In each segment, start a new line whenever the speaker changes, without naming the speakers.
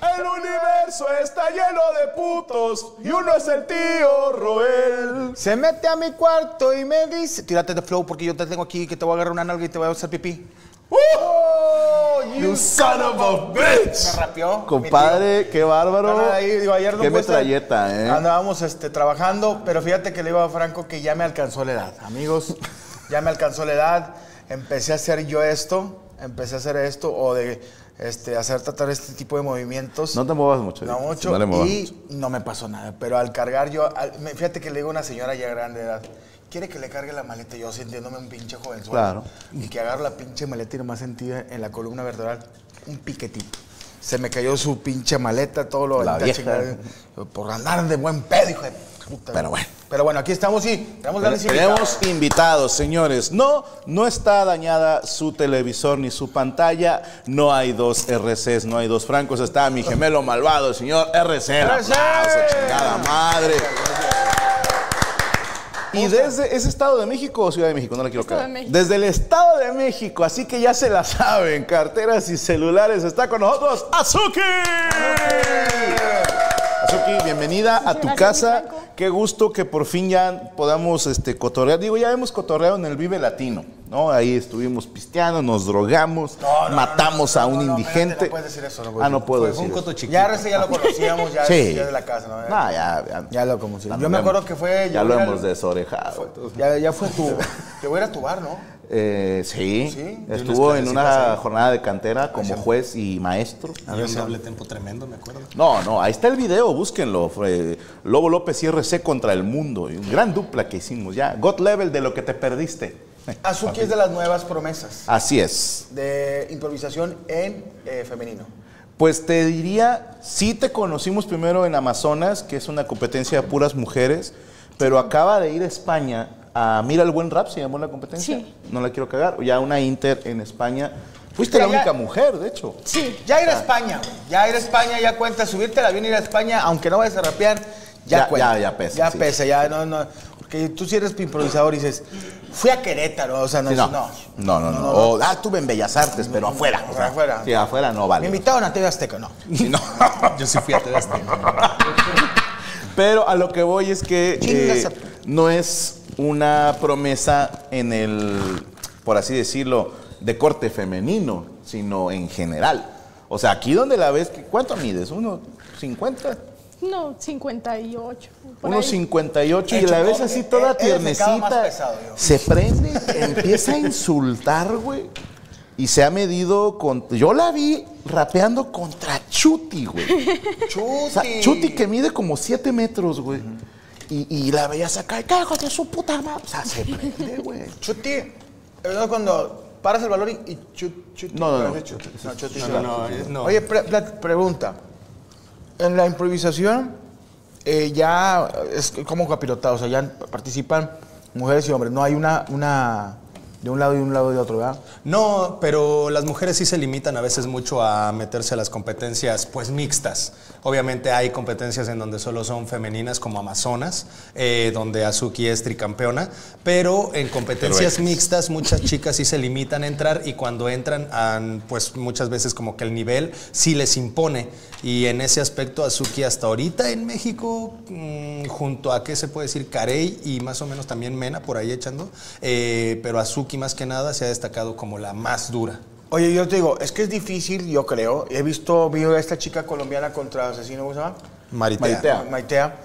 El universo está lleno de putos y uno es el tío Roel.
Se mete a mi cuarto y me dice, tírate de flow porque yo te tengo aquí que te voy a agarrar una nalga y te voy a hacer pipí.
¡Uh! Oh, you son of a
Me
bitch.
rapeó. mi
Compadre, qué
tío.
bárbaro.
Anda ahí, digo, ayer no
qué
pude estar-
metralleta, ¿eh?
Andábamos este, trabajando, pero fíjate que le iba a Franco que ya me alcanzó la edad. Amigos, ya me alcanzó la edad. Empecé a hacer yo esto, empecé a hacer esto o de este, hacer tratar este tipo de movimientos.
No te muevas mucho.
No
Eric.
mucho.
No le muevas mucho.
y no me pasó nada. Pero al cargar yo, al- me- fíjate que le digo a una señora ya grande de edad, quiere que le cargue la maleta. Yo sintiéndome un pinche jovenzuelo.
Claro.
Y que agarro la pinche maleta y nomás sentía en la columna vertebral un piquetito. Se me cayó su pinche maleta, todo lo
La
aventé a
vieja.
chingar. Yo, Por andar de buen pedo, hijo de puta.
Pero bueno.
Pero bueno, aquí estamos y tenemos
Pero
grandes
Tenemos
invitados.
invitados, señores. No, no está dañada su televisor ni su pantalla. No hay dos RCs, no hay dos francos. Está mi gemelo malvado, el señor RC. El
RC.
aplauso, chingada madre. Y desde ese Estado de México o Ciudad de México, no la quiero
Estado de
cagar.
México.
Desde el Estado de México, así que ya se la saben, carteras y celulares, está con nosotros Azuki. Azuki, bienvenida a tu
gracias,
casa.
mi Franco.
Qué gusto que por fin ya podamos este, cotorrear. Digo, ya hemos cotorreado en el Vive Latino, ¿no? Ahí estuvimos pisteando, nos drogamos,
No, no, no,
matamos
no,
a
no,
un
no, espérate,
indigente.
no puedes decir eso, no puedes
ah, no
decir-
puedo
Fue-
decir
fue un
eso.
coto chiquito.
Ya RC ya lo conocíamos, ya,
Sí.
ya de la casa, ¿no?
No, ya, ya.
Ya lo como si-
Ya
Yo
lo
me acuerdo
hemos-
que fue.
Ya
yo
lo
era-
hemos desorejado. entonces.
Ya, ya fue tu. Te voy a ir a tu bar, ¿no?
Eh, sí,
Sí, de unas
estuvo en una
clasecitas ahí.
jornada de cantera como juez y maestro.
ver,
Y un doble-
sí. doble
doble tempo tremendo, me acuerdo.
No, no, ahí está el video, búsquenlo. Fue Lobo López y RC contra el mundo. Y un gran dupla que hicimos ya. God level de lo que te perdiste.
Azuki es de las nuevas promesas
Así es.
de improvisación en eh, femenino.
Pues te diría, sí te conocimos primero en Amazonas, que es una competencia de puras mujeres, pero acaba de ir a España a Mira el Buen Rap, se llamó la competencia.
Sí.
No la quiero cagar. Ya una Inter en España. Fuiste la
Ya, ya.
única mujer, de hecho.
Sí.
Ya ir a España, güey. ya ir a España, ya cuenta. Subirte al avión y ir a España, aunque no vayas a rapear, ya,
Ya-
cuenta.
ya- ya pesa,
Ya
sí.
pesa, ya no, no. Porque tú si eres improvisador y dices, fui a Querétaro, o sea, no,
Sí, no.
es- no.
No, no, no. O, ah, estuve en Bellas Artes, pero afuera.
O sea, afuera.
Sí, afuera no
Me
vale.
invitaron a TV Azteca, no.
Sí, no.
Yo sí fui a TV Azteca.
Pero a lo que voy es que
Chingas
eh,
a tu-
no es una promesa en el, por así decirlo, de corte femenino, sino en general. O sea, aquí donde la ves, que- ¿cuánto mides? ¿Uno 50?
No, 58. por
Unos
ahí.
58 y
Hecho
la ves
con-
así
e-
toda
eres el cabo más
tiernecita.
pesado, yo.
se prende, empieza a insultar, güey. Y se ha medido con. Yo la vi rapeando contra Chuti, güey.
Chuti.
O sea, Chuti que mide como 7 metros, güey. Y, y la veías acá, ¡cajo de su puta madre! O sea, se prende, güey.
Chuti, eh, no, cuando paras el valor y, y chu- chuti.
No, no, no.
No, chuti, no, chuti,
No,
chuti.
no, no, es- no.
Oye, pre- pre- pregunta. En la improvisación eh, ya es como capirotado, o sea, ya participan mujeres y hombres. No hay una, una de un lado y un lado de otro, ¿verdad?
No, pero las mujeres sí se limitan a veces mucho a meterse a las competencias pues mixtas. Obviamente hay competencias en donde solo son femeninas como Amazonas, eh, donde Azuki es tricampeona, pero en competencias mixtas muchas chicas sí se limitan a entrar y cuando entran han, pues muchas veces como que el nivel sí les impone y en ese aspecto Azuki hasta ahorita en México mm, junto a qué se puede decir Carey y más o menos también Mena por ahí echando, eh, pero Azuki más que nada se ha destacado como la más dura.
Oye, yo te digo, es que es difícil, yo creo. He visto, vi a esta chica colombiana contra asesino, ¿cómo se llama?
Maritea.
Maritea.
Maitea,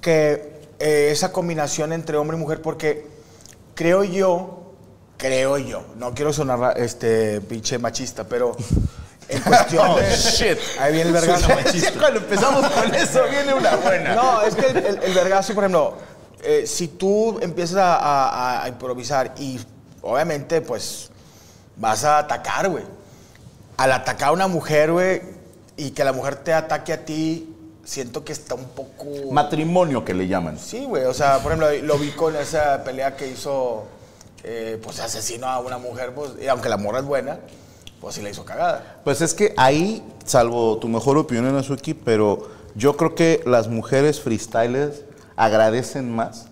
que eh, esa combinación entre hombre y mujer, porque creo yo, creo yo, no quiero sonar ra- este pinche machista, pero en
Oh,
cuestión de... Ahí viene el vergazo.
Cuando empezamos con eso, viene una buena.
No, es que el, el- el vergazo, por ejemplo, eh, si tú empiezas a, a- a improvisar y obviamente pues vas a atacar, güey. Al atacar a una mujer, güey, y que la mujer te ataque a ti, siento que está un poco...
Matrimonio que le llaman.
Sí, güey. O sea, por ejemplo, lo vi con esa pelea que hizo, eh, pues asesino a una mujer, pues, y aunque la morra es buena, pues sí la hizo cagada.
Pues es que ahí, salvo tu mejor opinión en Azuki, pero yo creo que las mujeres freestylers agradecen más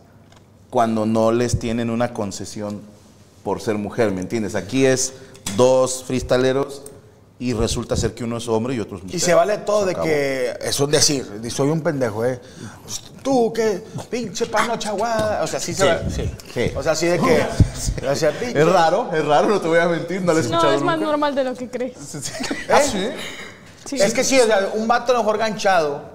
cuando no les tienen una concesión por ser mujer, ¿me entiendes? Aquí es dos freestyleros y resulta ser que uno es hombre y otro es mujer.
Y se vale todo
Se
de
acabó.
que es un decir, soy un pendejo, eh. Tú que pinche pano chaguada, o sea, sí se
Sí,
vale. Sí.
sí.
O sea, así de que o sea, pinche-
Es raro, es raro, no te voy a mentir, no lo he escuchado
No, es más
nunca.
normal de lo que crees.
Ah, sí.
Sí.
Es que sí, o sea, un vato a lo mejor ganchado.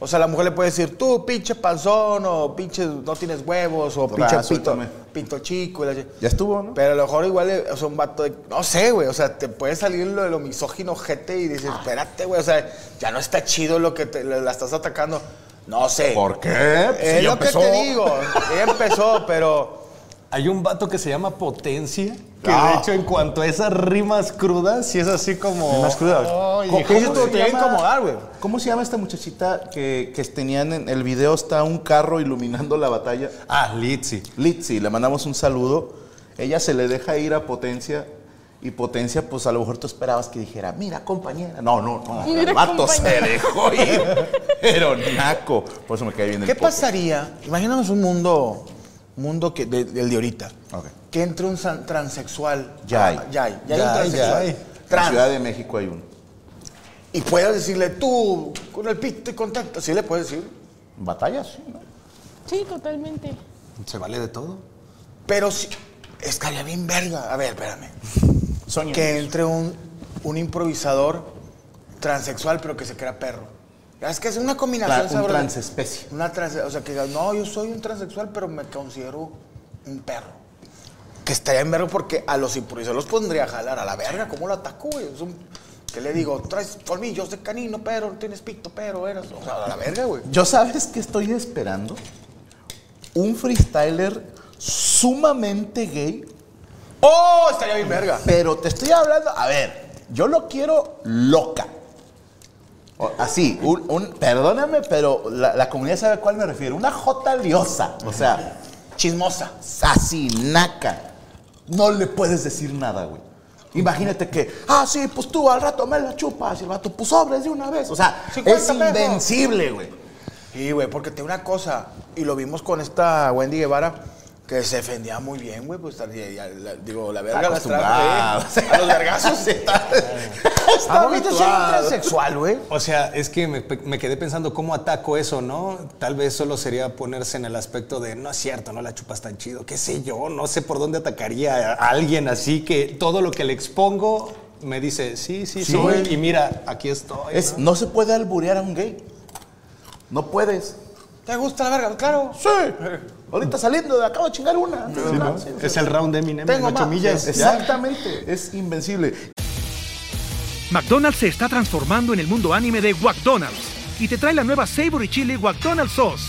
O sea, la mujer le puede decir, tú, pinche panzón, o pinche no tienes huevos, o pinche
Ah,
pito,
suéltame.
pito chico. y la ch-
Ya estuvo, ¿no?
Pero a lo mejor igual, eh, o sea, un vato de- No sé, güey, o sea, te puede salir lo de lo misógino, gente, y
Ah.
dices, espérate, güey, o sea, ya no está chido lo que te, la, la estás atacando. No sé.
¿Por qué? Pues
Es
ya
lo
empezó.
que te digo. Ella empezó, pero.
Hay un vato que se llama Potencia, que de
Ah.
hecho en cuanto a esas rimas crudas, sí es así como...
Más cruda.
Ay,
¿Cómo-
hijo, pues,
cómo
tú?
se
Te iba a
llama?
ah,
incomodar, güey.
¿Cómo se llama esta muchachita que, que tenían en el video? Está un carro iluminando la batalla.
Ah, Litzy.
Litzy, le mandamos un saludo. Ella se le deja ir a Potencia. Y Potencia, pues a lo mejor tú esperabas que dijera, mira, compañera. No, no, no.
Mira,
el vato
compañera.
se dejó ir. Pero naco. Por eso me cae bien el
¿Qué
Popo.
pasaría? Imagínate un mundo. Mundo que, de- del de ahorita.
Ok.
Que entre un san- transexual.
Ya hay.
Ah, Ya hay. Ya hay
Ya
un
hay,
transexual.
ya hay.
En
Trans.
Ciudad de México hay uno.
Y puedes decirle, tú, con el pito y contacto. Sí le puedes decir.
Batallas, sí, ¿no?
Sí, totalmente.
Se vale de todo.
Pero sí. Estaría bien verga. A ver, espérame.
Soñé.
Que entre un, un improvisador transexual, pero que se crea perro. Es que es una combinación
Tra- un
sabrosa.
transespecie.
Una trans, o sea, que digas, no, yo soy un transexual, pero me considero un perro. Que estaría en verga porque a los improvisadores los pondría a jalar a la verga. ¿Cómo lo ataco, güey? Es un- que le digo, traes colmillos de canino, pero no tienes pito, pero eres. O sea, a la verga, güey.
Yo sabes que estoy esperando un freestyler sumamente gay,
¡Oh! Estaría bien verga.
pero te estoy hablando, a ver, yo lo quiero loca. O- Así, un, un- perdóname, pero la, la comunidad sabe a cuál me refiero. Una jota liosa, o sea,
Chismosa.
así, naca. No le puedes decir nada, güey. Imagínate que, ah, sí, pues tú al rato me la chupas y el vato, pues sobres de una vez. O sea,
50
es
pesos.
invencible, güey.
Sí, güey, porque te digo una cosa, y lo vimos con esta Wendy Guevara, que se defendía muy bien, güey, pues ya- ya- la- digo, la verga las
Acostumbrada.
trae a los vergazos.
Sí.
Ah, ¿viste ser un
habituado.
transexual, güey?
O sea, es que me, me quedé pensando cómo ataco eso, ¿no? Tal vez solo sería ponerse en el aspecto de, no es cierto, no la chupas tan chido, qué sé yo, no sé por dónde atacaría a alguien así que todo lo que le expongo me dice, sí, sí,
Sí,
soy,
güey.
y mira, aquí estoy.
Es-
¿no?
no se puede alburear a un gay. No puedes.
¿Te gusta la verga? Claro.
Sí. Ahorita saliendo de acabo de chingar una. Sí, sí,
Es
sí.
el round de Eminem
Tengo
en ocho
más.
millas.
Es- Exactamente. Es invencible.
McDonald's se está transformando en el mundo anime de McDonald's y te trae la nueva Savory Chili McDonald's Sauce.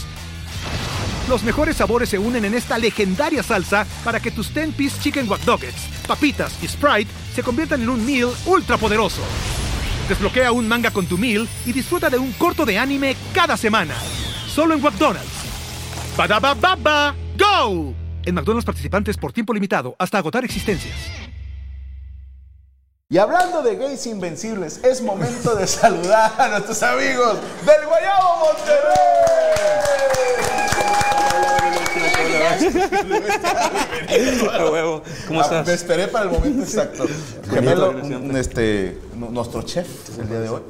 Los mejores sabores se unen en esta legendaria salsa para que tus 10-piece chicken wack doggets, papitas y Sprite se conviertan en un meal ultra poderoso. Desbloquea un manga con tu meal y disfruta de un corto de anime cada semana. Solo en McDonald's. Badaba baba, go. En McDonald's participantes por tiempo limitado hasta agotar existencias.
Y hablando de gays invencibles, es momento de saludar a nuestros amigos del Guayabo
A huevo. ¿Cómo
Ah, Me
estás?
esperé para el momento exacto. Gemelo, un- este, n- nuestro chef el día de hoy.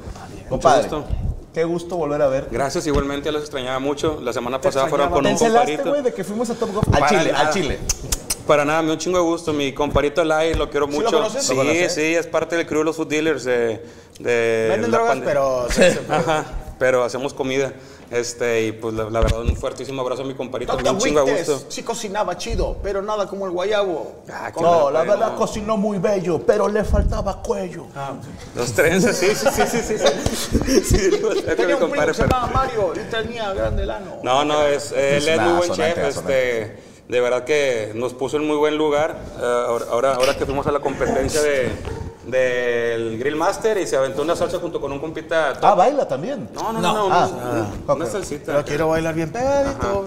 Compadre,
Ah, Mucho gusto.
qué gusto volver a ver.
Gracias, igualmente los extrañaba mucho. La semana pasada fueron con
¿Te
un
encelaste,
comparito.
güey, de que fuimos a Top Golf?
Para
Al Chile,
nada.
al Chile.
Para nada, me da un chingo de gusto. Mi comparito Lai, lo quiero mucho.
conoces?
sí,
¿Lo conoces?
sí, es parte del crew de los food dealers. De, de
Venden
la
drogas,
pande-
pero...
Ajá, pero hacemos comida. Este, y pues la, la verdad, un fuertísimo abrazo a mi comparito. Me da
Doctor
un chingo de
Wittes,
gusto.
sí cocinaba chido, pero nada como el guayabo.
Ah, qué
No,
bueno,
la
pero-
verdad cocinó muy bello, pero le faltaba cuello.
Ah. Los trenzas, sí, sí, sí, sí. sí, sí. Sí, digo, es que mi
Tenía un primo
compadre,
que se
pero-
llamaba Mario y tenía grande lano.
No, no, es, eh, él es
Nah,
muy buen
sonante,
chef.
sonante.
Este, de verdad que nos puso en muy buen lugar. Eh, ahora, ahora, ahora que fuimos a la competencia de, del Grill Master y se aventó una salsa junto con un compita.
Ah, baila también.
No, no, no, no,
Ah,
una- una salsita.
Pero quiero bailar bien pegadito.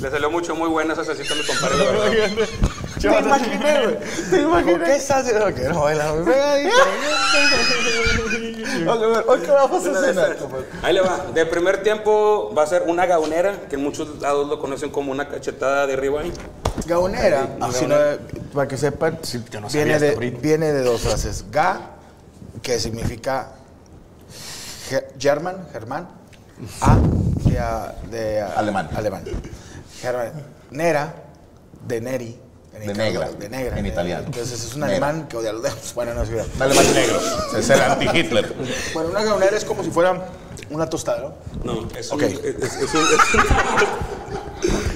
Le salió mucho, muy buena esa salsita, me compadre, la verdad.
Te imaginé, güey. Te imaginé. ¿Qué estás haciendo? Quiero bailar bien pegadito.
Hoy qué vamos a cenar.
Ahí le va. De primer tiempo va a ser una gaunera, que en muchos lados lo conocen como una cachetada de ribeye.
Gaonera. Si no, para que sepan, viene, de, viene de dos frases. Ga, que significa Ge- German, Germán. A, de, a- de a-
Alemán.
Alemán. German. Nera, de Neri. en
De
italiano,
negra,
De negra.
en
de-
italiano.
Entonces es un
Nera.
alemán que odia los demás. Bueno, no es verdad.
Dale más negro. Es el anti-Hitler.
Bueno, una gaonera es como si fuera una tostada, ¿no?
No, es
Ok.
un... Es, es un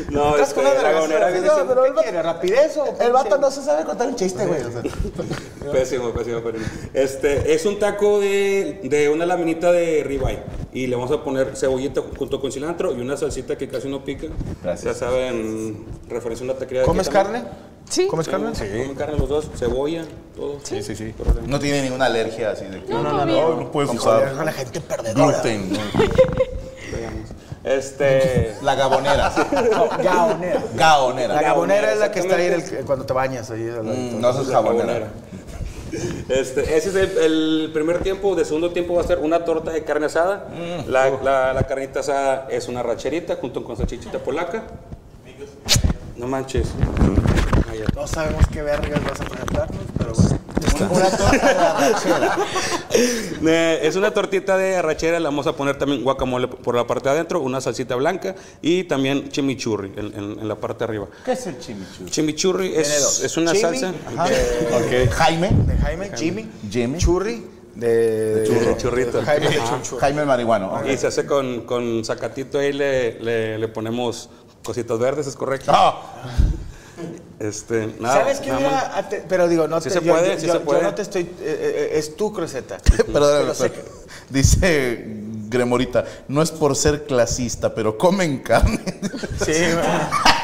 no,
Estás
este,
con una
la gaunera
vergüenza,
viene
no,
siendo-
pero el va- ¿Rapidez o
El vato no
se sabe contar un chiste, güey.
Pésimo, pésimo, pésimo. Este, es un taco de, de una laminita de ribeye. Y le vamos a poner cebollita junto con cilantro y una salsita que casi no pica.
Gracias.
Ya saben, referencia a una taquería de aquí
¿Comes
también.
carne?
Sí.
¿Comes carne?
Sí. Comen carne los dos, cebolla, todo. Sí, sí, sí.
No tiene ninguna alergia así de que.
No, no, no, no,
no puedes
Joder, la gente perdedora.
Este.
La gabonera.
Gaonera. La
Gaonera.
gabonera es la que está ahí en el-
exactamente.
cuando te bañas. Ahí,
Mm, No, eso es jabonera.
Este, ese es el, el primer tiempo. De segundo tiempo va a ser una torta de carne asada.
Mm.
La, la- la carnita asada es una racherita junto con salchichita polaca. No manches. Ay, ya.
No sabemos qué vergas vas a presentarnos, pero bueno.
Eh, es una tortita de arrachera, la vamos a poner también guacamole por la parte de adentro, una salsita blanca y también chimichurri en, en- en la parte de arriba.
¿Qué es el chimichurri?
Chimichurri es, es una
Chimi,
salsa.
ajá,
Ok. Jaime.
De Jaime, Jimmy,
Jimmy.
Churri, de,
churro. Churrito.
de Jaime, de
Ajá.
churro.
Jaime el marihuano. ok.
Y se hace con, con zacatito ahí, le, le- le ponemos cositas verdes, ¿es correcto?
Ah,
Este, nada,
¿Sabes qué
nada
hubiera
más.
ate- Pero digo, no
Sí
te
se
yo-
puede,
yo,
sí
yo-
se
yo
puede.
no te estoy. eh, eh, eh, es tu cruceta.
Perdóname,
Pero sé
pero- Dice Gremorita, no es por ser clasista, pero comen carne.
Sí, güey.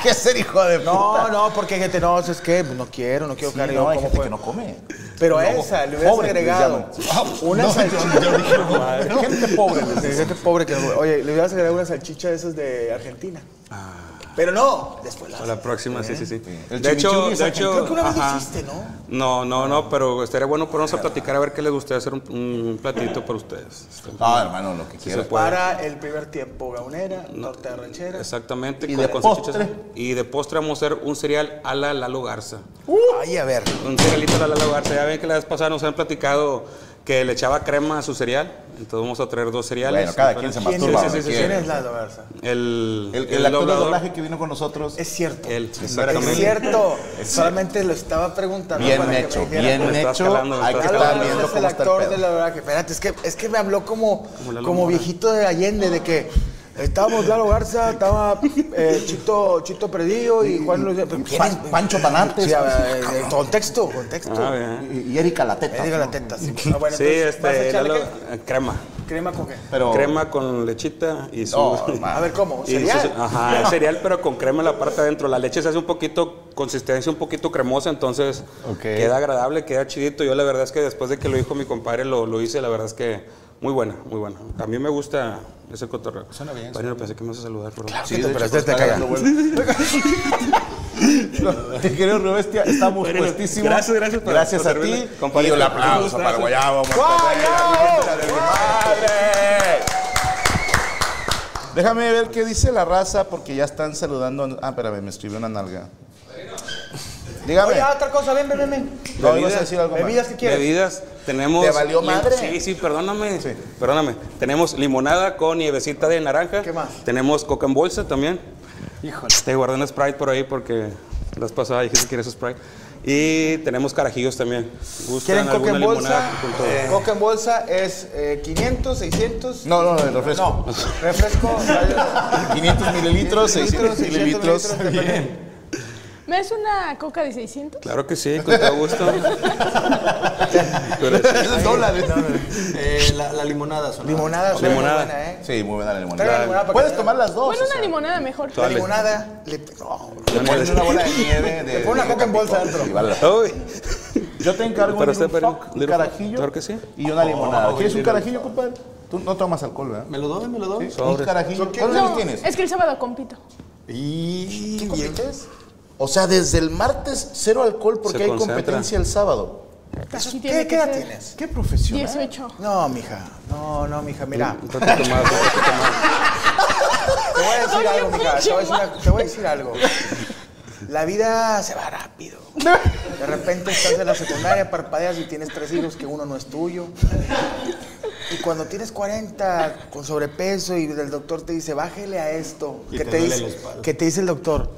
¿Qué ser hijo de
No, no, porque gente, no, es que pues, no quiero, no quiero
Sí,
carne.
no, hay
¿cómo
gente
fue?
que no come.
Pero a esa le hubieras
Pobres,
agregado
les llaman.
una
No, yo-
salchicha.
yo dije, madre, gente pobre. les
De
dicen.
gente pobre que no- Oye, le hubieras agregado una salchicha de esas de Argentina.
Ah.
Pero no, después la.
A la próxima, sí, sí, sí.
El
De hecho,
chimichurri es
de
argentino.
hecho,
Creo que una vez lo
ajá.
hiciste, ¿no? Ah.
No, no, no, pero estaría bueno ponernos a platicar a ver qué les gustaría hacer un, un platito para ustedes.
No, hermano, lo que quieras.
se puede.
Para el primer tiempo, gaunera, torta de ranchera.
Exactamente.
Y
con-
de
con salchichas.
postre.
Y de postre vamos a hacer un cereal a la Lalo Garza.
Uh.
Ay, a ver.
Un cerealito a la Lalo Garza. Ya ven que la vez pasada nos han platicado que le echaba crema a su cereal. Entonces vamos a traer dos cereales.
Bueno, cada quien se
Sí,
masturba
sí,
donde
sí, sí, sí.
quiere.
¿Quién es Lalo Garza?
El,
El, el
el
actor de
doblador.
doblaje que vino con nosotros,
Es cierto.
Él,
Es
exactamente.
cierto. Solamente lo estaba preguntando.
bien
para que me
hecho,
dijera.
bien
Me estás
hecho.
calando, me
Hay que
estás
Lalo
estar
calando.
viendo
Garza es el
cómo está el
actor de
pedo.
la verdad que espérate, es que, es que me habló como,
Como Lalo
como
Mora.
viejito de Allende, de que estábamos Lalo Garza, estaba eh, Chito, Chito Predillo y Juan Luis. pero ¿quién es?
Pan- Pancho Panarte.
Sí, a ver, eh, contexto, contexto.
Ah, bien.
Y y Erika la
Me
teta.
digo la teta. Sí, Ah, bueno,
Sí,
entonces, ¿vas a
este,
echarle
Lalo-
qué?
eh, crema.
crema con qué?
Pero
Crema con lechita y su...
No, hermano.
A ver, ¿cómo?
Y
¿Cereal?
su- ajá, cereal, pero con crema en la parte de adentro. La leche se hace un poquito, consistencia un poquito cremosa, entonces
Ok.
queda agradable, queda chidito. Yo la verdad es que después de que lo dijo mi compadre, lo, lo hice, la verdad es que muy buena, muy buena. A mí me gusta ese cotorreo. Suena bien. Bueno, pensé que me vas a saludar, perdón.
Sí, de hecho, pues, está dando vueltas. Te quiero, Rubestia. Estamos
Bueno,
puestísimos.
gracias, gracias por-
Gracias a
por
ti.
servirle.
Y
Compadre,
el aplauso
gracias.
para Guayabo. Déjame ver qué dice la raza porque ya están saludando. Ah, espérame, me escribió una nalga. Dígame.
Oye, ah, otra cosa, ven, ven, ven, ven.
No, ibas a decir algo más.
¿Bebidas que quieres?
Bebidas, tenemos.
¿Te valió madre?
Sí, sí, perdóname. Perdóname. Tenemos limonada con nievecita de naranja.
¿Qué más?
Tenemos coca en bolsa también. Híjole. Te guardé un Sprite por ahí porque las pasadas dijiste que quieres Sprite. Y tenemos carajillos también. ¿Gustan
¿Quieren coca
alguna
en bolsa?
limonada con todo?
Eh, Coca en bolsa es eh, 500, 600.
No, no, el refresco.
No, refresco.
500 mililitros, 600 mililitros.
Bien.
¿Me es una coca de 600?
Claro que sí, con todo gusto. Tú eres-
Dólares.
la, limonada son
Limonada, suena muy
Limonada.
buena, ¿eh?
Sí, muy buena la limonada.
Trae la limonada para
Puedes
que-
tomar las dos.
Bueno,
o
una
sea.
limonada mejor.
La
Dale.
limonada. Le, no,
Le pones una bola de nieve.
Le pones una coca en bolsa adentro.
Y va la-
Uy.
Yo te encargo
Para
un, little
usted, pero-
fuck, un
little fuck.
carajillo
Claro que sí. Oh,
y una limonada. ¿Quieres un
little
carajillo, compadre? Tú no tomas alcohol, ¿verdad?
¿Me lo doy? ¿Me lo doy?
Sí, Un carajillo. ¿Cuántos años
No,
tienes?
es que el sábado compito.
Y ¿Qué compites? O sea, desde el martes cero alcohol porque
Se
hay
concentra.
competencia el sábado.
Así tiene
¿Qué,
que
qué edad
ser.
tienes? ¿Qué profesión?
18.
No, mija. No, no, mija. Mira,
Un ratito más, un ratito más.
te voy a decir
Oye,
algo, mija. Te
pinche
voy a decir, una-
madre.
te voy a decir algo. La vida se va rápido. De repente estás en la secundaria, parpadeas y tienes tres hijos que uno no es tuyo. Y cuando tienes 40 con sobrepeso y el doctor te dice, bájele a esto,
Y
que,
te
te
duele la
dice,
espalda.
que te dice el doctor,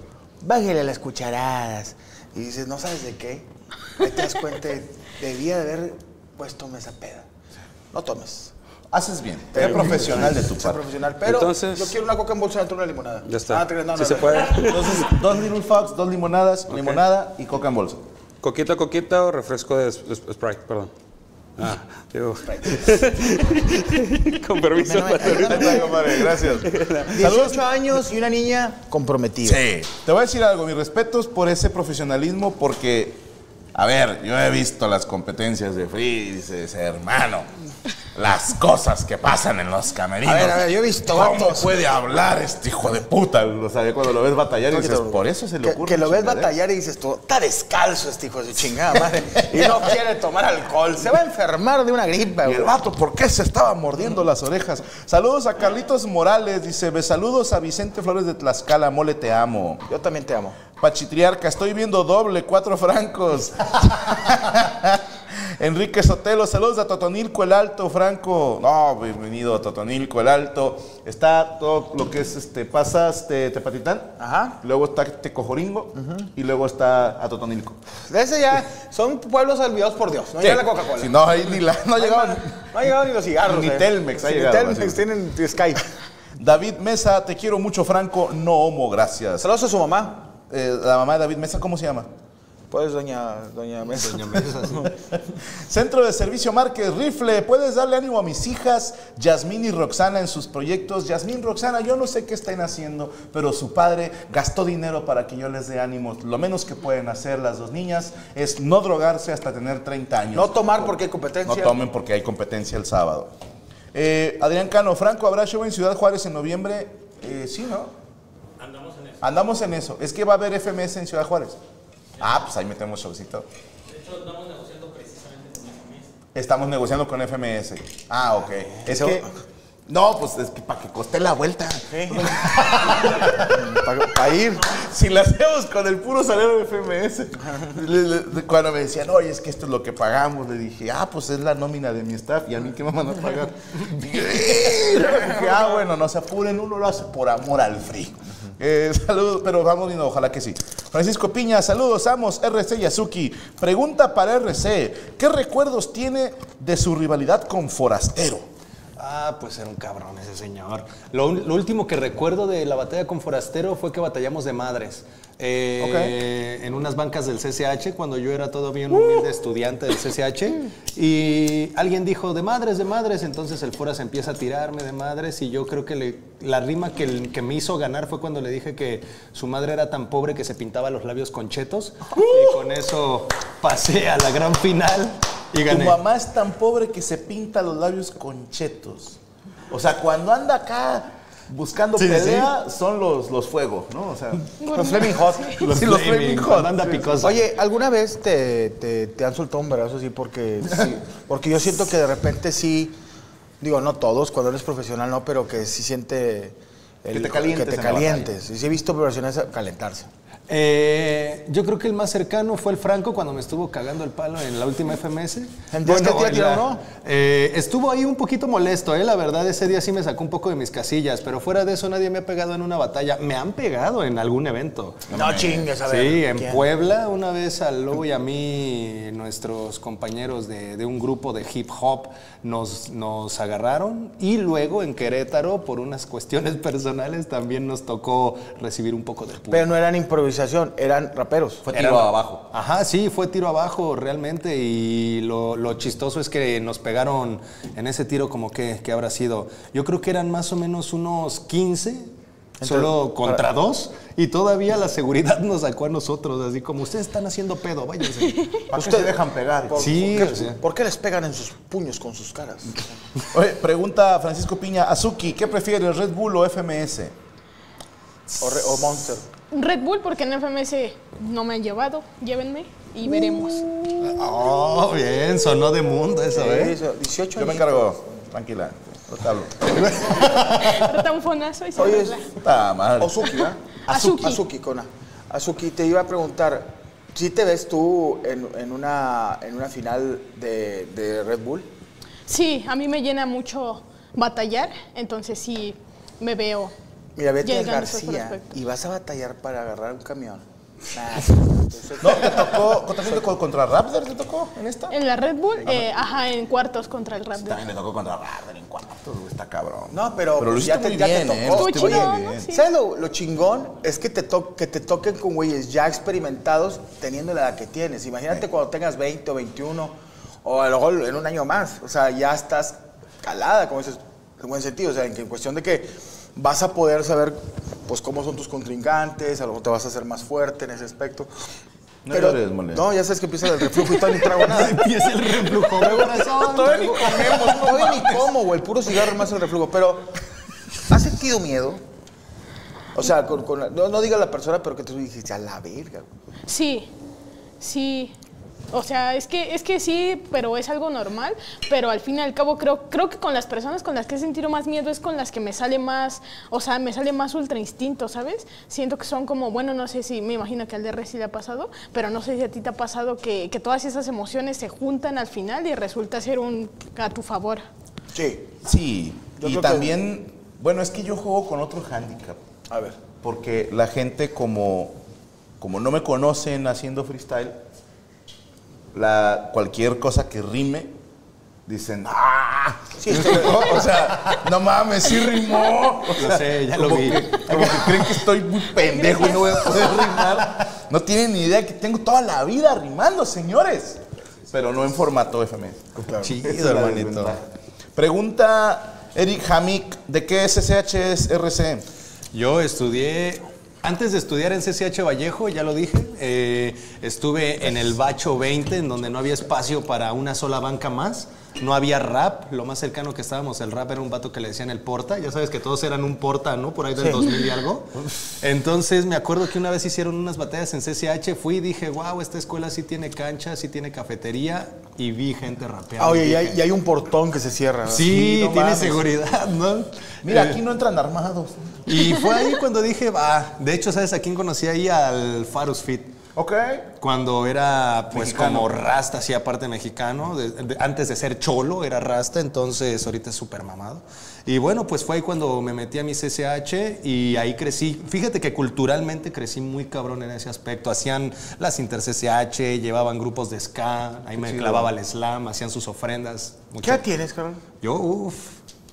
bájele a las cucharadas. Y dices, no sabes de qué. Ahí te das cuenta, debía de haber puesto esa peda. No tomes.
Haces bien. Sé profesional de tu
Soy
parte.
profesional, pero
Entonces-
yo quiero una coca en bolsa dentro de una limonada.
Ya está.
Ah, te creas, no,
Sí
no,
se
no.
puede.
Entonces, dos Little Fox, dos limonadas, limonada y coca en bolsa.
Coquita, coquita o refresco de s- s- Sprite, perdón. Ah, digo. Con permiso.
Bueno, ayúdame.
compadre, gracias.
18 años y una niña comprometida.
Sí. Te voy a decir algo, mis respetos por ese profesionalismo porque, a ver, yo he visto las competencias de Frises, hermano, las cosas que pasan en los camerinos.
A ver, a ver, yo he visto
¿Cómo
vatos.
puede hablar este hijo de puta? O sea, cuando lo ves batallar y dices,
Poquito.
por eso se le
Que-
ocurre. ¿eh?
Que, lo ves
chingadera".
batallar y dices tú, está descalzo este hijo de su chingada madre. Y no quiere tomar alcohol. Se va a enfermar de una gripa,
Y el
güey.
vato, ¿por qué se estaba mordiendo las orejas? Saludos a Carlitos Morales, dice, "Be- saludos a Vicente Flores de Tlaxcala, mole te amo.
Yo también te amo.
Pachitriarca, estoy viendo doble, cuatro francos. Enrique Sotelo, saludos a Totonilco el Alto, Franco. No, bienvenido a Totonilco el Alto. Está todo lo que es, este, pasas de Tepatitán.
Ajá.
Luego está Tecojoringo y luego está a Totonilco.
De ese ya son pueblos olvidados por Dios. No llega la Coca-Cola.
Si no, ahí ni la, no llegaban.
No ha llegado ni los cigarros. eh.
Ni Telmex ha
Sí,
llegado,
Ni Telmex
así.
tienen Skype.
David Mesa, te quiero mucho, Franco. No homo, gracias.
Saludos a su mamá.
Eh, la mamá de David Mesa, ¿cómo se llama?
Pues doña, doña Mesa.
Centro de Servicio Márquez, rifle, puedes darle ánimo a mis hijas, Yasmín y Roxana, en sus proyectos. Yasmín, Roxana, yo no sé qué están haciendo, pero su padre gastó dinero para que yo les dé ánimo. Lo menos que pueden hacer las dos niñas es no drogarse hasta tener 30 años.
No tomar porque hay competencia.
No tomen porque hay competencia el sábado. Eh, Adrián Cano, Franco, ¿habrá show en Ciudad Juárez en noviembre? Eh, sí, ¿no? Andamos en eso. Andamos en eso. Es que va a haber FMS en Ciudad Juárez. Ah, pues ahí metemos showcito. De hecho, estamos negociando precisamente con FMS. Estamos negociando con FMS. Ah, ok. Es que... No, pues es que para que coste la vuelta. para ir. Si la hacemos con el puro salario de FMS. Le- le- cuando me decían, oye, es que esto es lo que pagamos, le dije, ah, pues es la nómina de mi staff y a mí qué me van a pagar. dije, ah, bueno, no se apuren, uno lo hace por amor al free. Eh, saludos, pero vamos viendo, ojalá que sí. Francisco Piña, saludos, amos, RC Yasuki. Pregunta para RC, ¿qué recuerdos tiene de su rivalidad con Forastero?
Ah, pues era un cabrón ese señor. Lo, un- lo último que recuerdo de la batalla con Forastero fue que batallamos de madres. Eh, En unas bancas del CCH, cuando yo era todavía un humilde estudiante del CCH, y alguien dijo de madres, de madres, entonces el Foras empieza a tirarme de madres, y yo creo que le- la rima que, el- que me hizo ganar fue cuando le dije que su madre era tan pobre que se pintaba los labios con chetos,
¡Uh!
y con eso pasé a la gran final y gané.
Tu mamá es tan pobre que se pinta los labios con chetos. O sea, cuando anda acá buscando
Sí, sí,
pelea, son los, los fuegos, ¿no? O sea,
Los Fleming Hot.
los,
Sí,
los
mi-
flaming hot.
cuando anda
Sí,
picosa.
Oye, ¿alguna vez te, te- te han soltado un brazo así? Porque, sí, porque yo siento que de repente sí, digo, no todos, cuando eres profesional no, pero que sí siente... el-
Que te calientes
Que te
en la
calientes. Y sí he visto profesionales calentarse.
Eh, yo creo que el más cercano fue el Franco cuando me estuvo cagando el palo en la última FMS.
¿En días que te ha
en
tirado,
la-
no?
eh, estuvo ahí un poquito molesto, eh, la verdad, ese día sí me sacó un poco de mis casillas, pero fuera de eso nadie me ha pegado en una batalla. Me han pegado en algún evento.
No, chingues, a ver.
Sí, en
¿quién?
Puebla, una vez al Lobo y a mí, nuestros compañeros de, de un grupo de hip hop nos, nos agarraron y luego en Querétaro, por unas cuestiones personales, también nos tocó recibir un poco de puño.
Pero no eran improvisación, eran raperos.
Fue
Era
tiro
la-
abajo.
Ajá, sí, fue tiro abajo realmente y lo, lo chistoso es que nos pegaron en ese tiro como que, que habrá sido. Yo creo que eran más o menos unos 15. Solo contra dos. Y todavía la seguridad nos sacó a nosotros, así como ustedes están haciendo pedo, váyanse.
¿Para qué se dejan pegar?
Sí,
¿Por
o
qué,
sea.
por qué les pegan en sus puños con sus caras?
Oye, pregunta Francisco Piña, Azuki, ¿qué prefieres, Red Bull o FMS?
O, re- o Monster.
Red Bull, porque en FMS no me han llevado. Llévenme y veremos.
Oh, bien, sonó de mundo eso, ¿eh?
Sí, 18
Yo me
añitos.
encargo, tranquila, no te hablo.
Trata un fonazo y se
Oye,
arregla.
Puta madre.
Ozuki, ¿verdad?
Azuki.
Azuki, Kona. Azuki, te iba a preguntar, ¿si te ves tú en, en una, en una final de, de Red Bull?
Sí, a mí me llena mucho batallar, entonces sí me veo.
Mira, vete a
llegando a esos
García
prospectos.
y vas a batallar para agarrar un camión. Nah, eso es-
No, te tocó, ¿te tocó contra Raptor? ¿Te tocó en esta?
En la Red Bull, eh, ajá, en cuartos contra el Rap.
También le tocó contra Raptor en cuartos, güey, está cabrón.
No, pero,
Pero lo
pues, ya,
hiciste
te,
muy
ya te
bien, ¿eh?
tocó.
Estuvo Estuvo chingón, bien. ¿no? Sí.
¿Sabes lo, lo chingón? Es que te, to- que te toquen con güeyes ya experimentados teniendo la edad que tienes. Imagínate cuando tengas 20 o 21 o a lo mejor en un año más. O sea, ya estás calada, como dices, en buen sentido. O sea, en, que- en cuestión de que vas a poder saber pues cómo son tus contrincantes, a lo mejor te vas a hacer más fuerte en ese aspecto.
No llores, mole.
no, ya sabes que empieza el reflujo y todavía ni trago nada.
Y es el reflujo, güey, corazón.
Todavía ni comemos, todavía ni como, güey. Puro cigarro más el reflujo. Pero, ¿has sentido miedo? O sea, con, con la- no, no diga la persona, pero que tú dijiste, a la verga. güey".
Sí, sí. O sea, es que, es que sí, pero es algo normal. Pero al fin y al cabo, creo, creo que con las personas con las que he sentido más miedo es con las que me sale más, o sea, me sale más ultra instinto, ¿sabes? Siento que son como, bueno, no sé si, me imagino que al DR sí le ha pasado, pero no sé si a ti te ha pasado que, que todas esas emociones se juntan al final y resulta ser un a tu favor.
Sí.
Sí,
Yo
y
creo que-
también, bueno, es que yo juego con otro handicap.
A ver.
Porque la gente como, como no me conocen haciendo freestyle, la, cualquier cosa que rime, dicen, ¡ah! o sea, no mames, sí rimó. O
Lo
sea,
sé, ya lo
como
vi.
que- como que creen que estoy muy pendejo y no voy a poder rimar. No tienen ni idea que tengo toda la vida rimando, señores. Pero no en formato FM.
Chido,
Esa es la
hermanito.
desventaja. Pregunta Eric Hamik, ¿de qué SSH es E RC?
Yo estudié, antes de estudiar en CCH Vallejo, ya lo dije, eh, estuve en el Bacho 20, en donde no había espacio para una sola banca más. No había rap, lo más cercano que estábamos, el rap era un vato que le decían el porta, ya sabes que todos eran un porta, ¿no? Por ahí del 2000 y algo. Entonces me acuerdo que una vez hicieron unas batallas en CCH, fui y dije, wow, esta escuela sí tiene cancha, sí tiene cafetería, y vi gente rapeando.
Ah, oye, y hay, y hay un portón que se cierra. ¿verdad?
Sí,
no
tiene
mames.
seguridad, ¿no?
Mira,
Eh,
aquí no entran armados.
y fue ahí cuando dije, va. De hecho, ¿sabes a quién conocí ahí? Al Farus Fit.
Ok.
Cuando era, pues, como rasta, así aparte mexicano. de- de- antes de ser cholo, era rasta, entonces ahorita es súper mamado. Y bueno, pues fue ahí cuando me metí a mi CCH y ahí crecí. Fíjate que culturalmente crecí muy cabrón en ese aspecto. Hacían las inter-CCH, llevaban grupos de ska, ahí me clavaba el slam, hacían sus ofrendas.
¿Qué edad tienes, cabrón?
Yo, uff,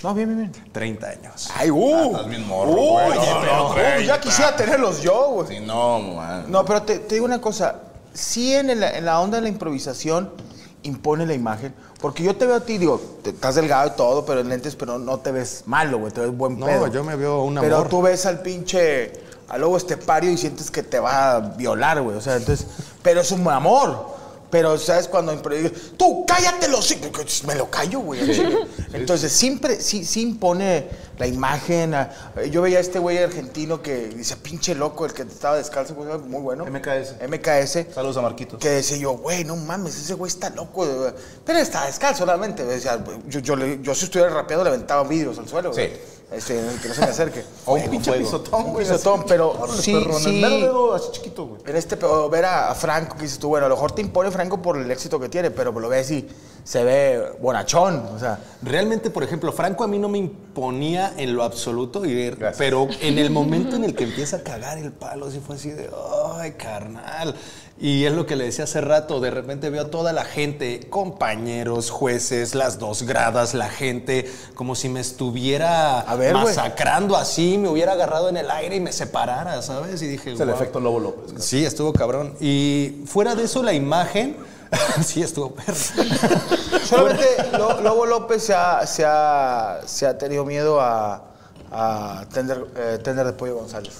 No, bien, bien, bien.
30 años.
Ay, uh.
Ah, estás bien morro,
Uy,
güey. No,
pero,
no,
uy,
treinta.
ya quisiera tenerlos yo, güey.
Sí, no, man.
No, pero te, te digo una cosa. Sí, en, el- en la onda de la improvisación impone la imagen. Porque yo te veo a ti, digo, te- estás delgado y todo, pero en lentes, pero no te ves malo, güey, te ves buen
No,
pedo.
yo me veo un
Pero
amor.
tú ves al pinche, al lobo estepario y sientes que te va a violar, güey. O sea, entonces, pero es un amor. Pero, ¿sabes? Cuando improvisas, tú cállate los hocico", que me lo callo, güey. Entonces, siempre, sí, sí impone la imagen. a- Yo veía a este güey argentino que dice, pinche loco, el que estaba descalzo, güey, muy bueno.
MKS.
MKS.
Saludos a Marquitos.
Que decía yo, güey, no mames, ese güey está loco. güey. Pero está descalzo, solamente. O sea, yo, yo, le- yo si estuviera rapeando, le aventaba vidrios al suelo.
Sí.
güey. Este, que no se me acerque.
O un Oh, pinche pisotón,
Un
güey.
pisotón,
así.
pero
Órale,
sí,
perrón,
sí.
el mero dedo así chiquito, güey.
En este, pero ver a, a Franco, que dices tú, bueno, a lo mejor te impone Franco por el éxito que tiene, pero lo ves y se ve bonachón. O sea,
Realmente, por ejemplo, Franco a mí no me imponía en lo absoluto, y- er, pero en el momento en el que empieza a cagar el palo, sí fue así de, ay, carnal. Y es lo que le decía hace rato, de repente veo a toda la gente, compañeros, jueces, las dos gradas, la gente, como si me estuviera
A ver, güey.
masacrando así, me hubiera agarrado en el aire y me separara, ¿sabes? Y dije,
Es el
"Guau".
efecto Lobo López.
Sí, estuvo cabrón. Y fuera de eso, la imagen, sí, estuvo perro.
solamente Lo- Lobo López se ha, se ha, se ha tenido miedo a, a Tender, eh, tender de Pollo González.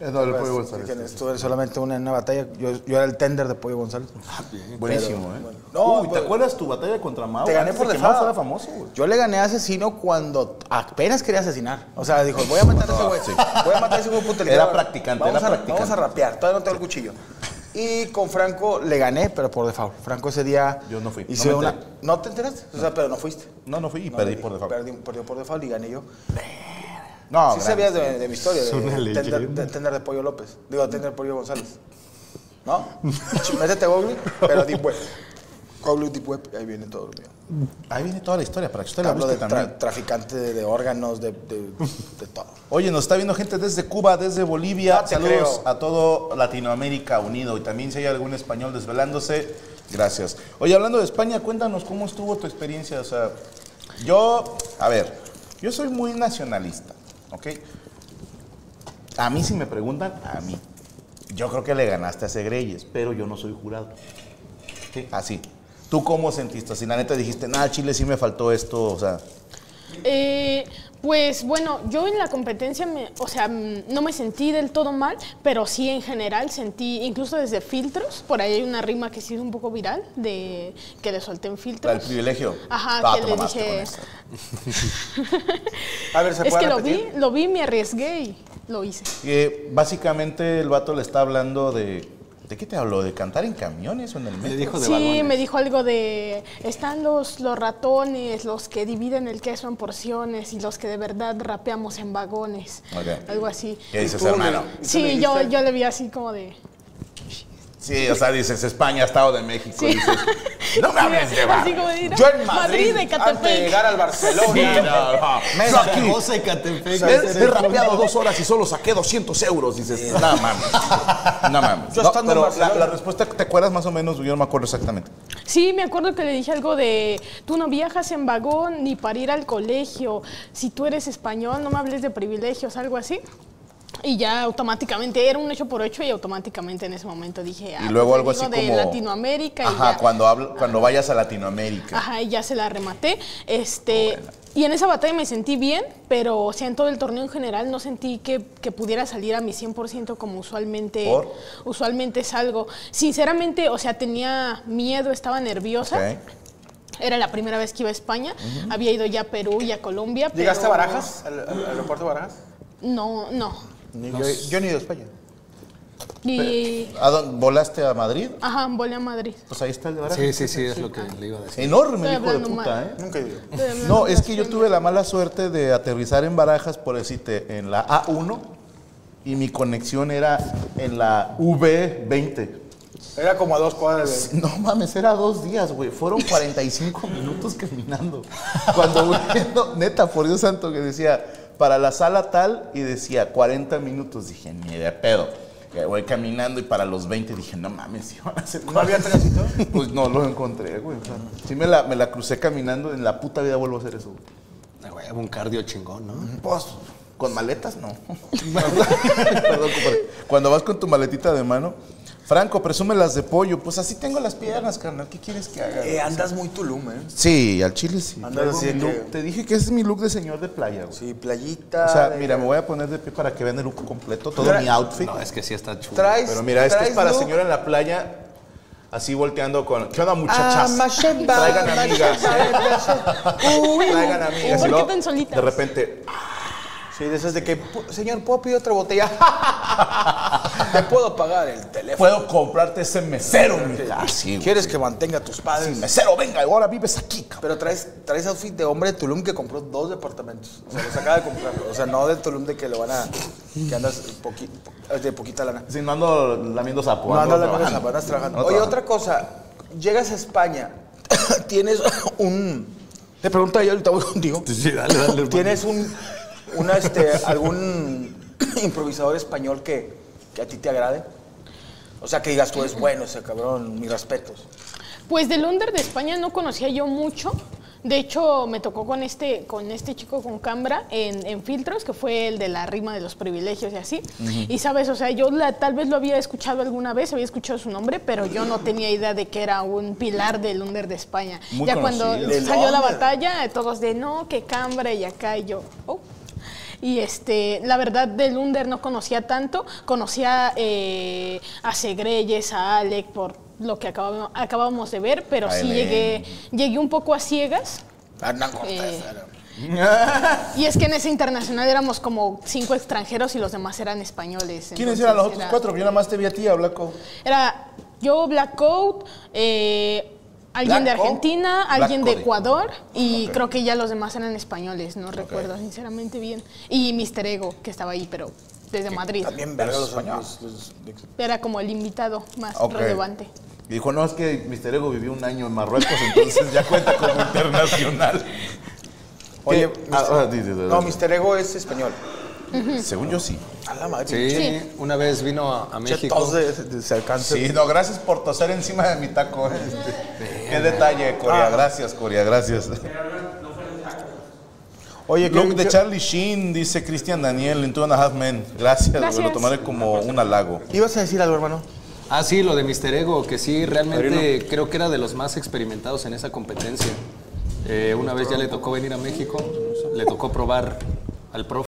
Eh,
Es doble pollo
Pues,
González.
sí, que Estuve solamente una, en una batalla. Yo, yo era el Tender de Pollo González.
Ah, Buenísimo, ¿eh?
bueno. No,
Uy, ¿te
pues-
acuerdas tu batalla contra Mao?
Te gané
Antes de
por
que Mao
desfado.
fuera famoso, güey.
Yo le gané a Asesino cuando apenas quería asesinar. O sea, dijo, voy a matar a ese güey. Voy a matar a ese güey puto. Le dije,
Ah, Era
"Va,
practicante,
vamos
era
a,
practicante.
Vamos a rapear, todavía no tengo el cuchillo. Y con Franco le gané, pero por default. Franco ese día...
Yo no fui, no
hizo
me
una-
enteré.
¿No te enteraste? O sea, pero no fuiste.
No, no fui y
No,
perdí
le-
por default.
Perdí, perdió por default y gané yo.
No,
sí
gran-
sabías de, de mi historia, de,
una
de tender,
leyenda.
de Tender de Pollo López. Digo, Tender de Pollo González. ¿No? Ch- Métete a Google, pero Deep Web. Google Deep Web, ahí viene todo lo mío.
Ahí viene toda la historia para que usted la
Hablo
busque
de
también.
tra- traficante de, de órganos, de, de- de todo.
Oye, nos está viendo gente desde Cuba, desde Bolivia.
No te
Saludos
creo.
a todo Latinoamérica unido. Y también si hay algún español desvelándose, gracias. Oye, hablando de España, cuéntanos cómo estuvo tu experiencia. O sea, yo, a ver, yo soy muy nacionalista, ¿ok? A mí si me preguntan, a mí. Yo creo que le ganaste a Segreyes, pero yo no soy jurado. ¿Sí? Así. ¿Tú cómo sentiste? Si la neta dijiste, nada, Chile sí me faltó esto, o sea...
Eh, pues bueno, yo en la competencia, me- o sea, mm, no me sentí del todo mal, pero sí en general sentí, incluso desde filtros, por ahí hay una rima que se hizo un poco viral, de que le solté en filtros.
El privilegio.
Ajá,
Ah,
que
te
le
mamaste
dije-
con eso.
A ver, ¿se
Es
puede
que lo vi,
repetir?
lo vi, me arriesgué y lo hice.
Que básicamente el vato le está hablando de. ¿De qué te habló? ¿De cantar en camiones o en el metro?
Le dijo de
sí,
vagones.
me dijo algo de, están los, los ratones, los que dividen el queso en porciones y los que de verdad rapeamos en vagones.
Ok.
Algo así.
¿Qué dices,
tú le-
hermano?
¿Y tú le
Sí, yo,
dijiste?
yo le vi así como de...
Sí, o sea, dices España, Estado de México.
Sí.
Dices, no me hables de
Así
vagones.
como de,
Yo en Madrid,
de
antes de
Catepec.
llegar al Barcelona.
Sí, no, no.
Me
Yo aquí
Zaragoza y Catepec.
he, he rapeado dos horas y solo saqué 200 euros. Dices, no mames. No mames.
Yo
No,
estando en
pero la,
Barcelona.
la respuesta, ¿te acuerdas más o menos? Yo no me acuerdo exactamente.
Sí, me acuerdo que le dije algo de, tú no viajas en vagón ni para ir al colegio, si tú eres español no me hables de privilegios, algo así. Y ya automáticamente era un 8 por 8 y automáticamente en ese momento dije, ah,
y luego
pues,
algo
vengo
así
de
como.
Latinoamérica
Ajá,
y ya.
cuando, hablo, cuando vayas a Latinoamérica.
Ajá, y ya se la rematé. Este, Y en esa batalla me sentí bien, pero o sea, en todo el torneo en general no sentí que, que pudiera salir a mi 100% como usualmente,
¿Por?
usualmente salgo. Sinceramente, o sea, tenía miedo, estaba nerviosa.
Ok.
Era la primera vez que iba a España. Había ido ya a Perú y a Colombia.
¿Llegaste a
pero-
Barajas? ¿Al, al- al aeropuerto de Barajas?
No, no.
yo, yo ni de España.
Y,
¿A dónde- ¿Volaste a Madrid?
ajá, volé a Madrid.
Pues ahí está el de Barajas.
Sí, sí, sí, es lo que le iba a decir.
Enorme,
Estoy
hijo de
hablando
puta,
mal.
¿eh?
Nunca he ido.
No, es que yo tuve la mala suerte de aterrizar en Barajas, por decirte, en la A1 y mi conexión era en la V20.
Era como a dos cuadras de...
No mames, era dos días, güey. Fueron 45 minutos caminando. Cuando, güey, no, neta, por Dios santo, que decía, para la sala tal, y decía 40 minutos. Dije, ni de pedo. Que Voy caminando y para los 20 dije, no mames, si van a ser
¿No había tránsito?
Pues no lo encontré, güey. o sea, sí me la, me la crucé caminando, en la puta vida vuelvo a hacer eso. güey.
Ah, güey, Un cardio chingón, ¿no?
Pues, con maletas no. Perdón, compadre. Cuando vas con tu maletita de mano, Franco, presume las de pollo. Pues así tengo las piernas, carnal. ¿Qué quieres que haga?
Eh, andas muy Tulum, ¿eh?
Sí, al chile sí.
Andas
Traigo
así
mi
de
look.
que-
Te dije que ese es mi look de señor de playa, güey.
Sí, playita.
O sea,
de-
mira, me voy a poner de pie para que vean el look completo, todo
Tra-
mi outfit.
No, es que sí está chulo.
Traes...
Pero mira, este es
traes
para
look-
señora en la playa, así volteando con... ¿Qué onda,
Ah,
muchachas?
Machemba.
Traigan amigas.
¿eh?
Traigan amigas.
¿Por
Y
qué
luego,
tan solitas?
De repente,
Sí, de esas de que, "Pu- señor, ¿puedo pedir otra botella? Te puedo pagar el teléfono.
puedo comprarte ese mesero, mija. Así, güey.
¿Quieres que mantenga a tus padres?
Mesero, venga, ahora vives aquí, cabrón.
Pero traes, traes outfit de hombre de Tulum que compró dos departamentos. O sea, los acaba de comprar. O sea, no de Tulum de que lo van a. que andas poqui- de poquita lana.
Si no ando lamiendo sapo.
No
ando
andas las
trabajando.
zapatas trabajando.
Ando
Oye,
trabajando.
otra cosa. Llegas a España, tienes un. Te pregunto yo, ahorita voy contigo.
Sí, dale, dale. hermano.
¿Tienes un, una, este, algún improvisador español que, que a ti te agrade? O sea, que digas tú es bueno ese cabrón, mis respetos.
Pues del under de España no conocía yo mucho. De hecho, me tocó con este, con este chico con Cambra en, en Filtros, que fue el de la rima de los privilegios y así. Y sabes, o sea, yo la- tal vez lo había escuchado alguna vez, había escuchado su nombre, pero yo no tenía idea de que era un pilar del under de España.
Muy
ya
conocido.
cuando
Del
salió la
under.
batalla, todos de no, que Cambra y acá y yo. "Oh". Y este, la verdad, del Under no conocía tanto. Conocía eh, a Segreyes, a Alec, por lo que acabamos, acabábamos de ver, pero sí
Elen.
llegué, llegué un poco a ciegas.
Hernán Cortés.
Eh.
era-
Y es que en ese internacional éramos como cinco extranjeros y los demás eran españoles.
¿Quiénes
entonces
eran los otros
era-
cuatro? Yo nada más te vi a ti, a Blanco.
Era yo, Black Coat, eh, alguien de
Black Coat,
Argentina, alguien de
Coat.
Ecuador y creo que ya los demás eran españoles, no recuerdo sinceramente bien. Y Mr. Ego, que estaba ahí, pero desde Madrid.
También verga los españoles.
Era como el invitado más
Ok.
relevante.
Y dijo, no, es que Mister Ego vivió un año en Marruecos, entonces ya cuenta como internacional.
Oye,
¿Qué? Ah, ah, di, di, di,
No,
di.
Mr. Ego es español.
Según yo sí.
A la madre.
Sí,
Sí.
una vez vino a, a
Che,
México.
tos de, de- se alcanza.
Sí, no, gracias por toser encima de mi taco. este. Qué detalle, Corea. Gracias, Corea, gracias.
Oye,
Look
¿qué-
de
qué-
Charlie Sheen, dice Cristian Daniel en Two and a Half Men. Gracias, güey,
Gracias.
lo tomaré como un halago.
¿Ibas a decir algo, hermano?
Ah, sí, lo de Mister Ego, que sí, realmente creo que era de los más experimentados en esa competencia. Eh, una vez ya le tocó venir a México, le tocó probar al profe.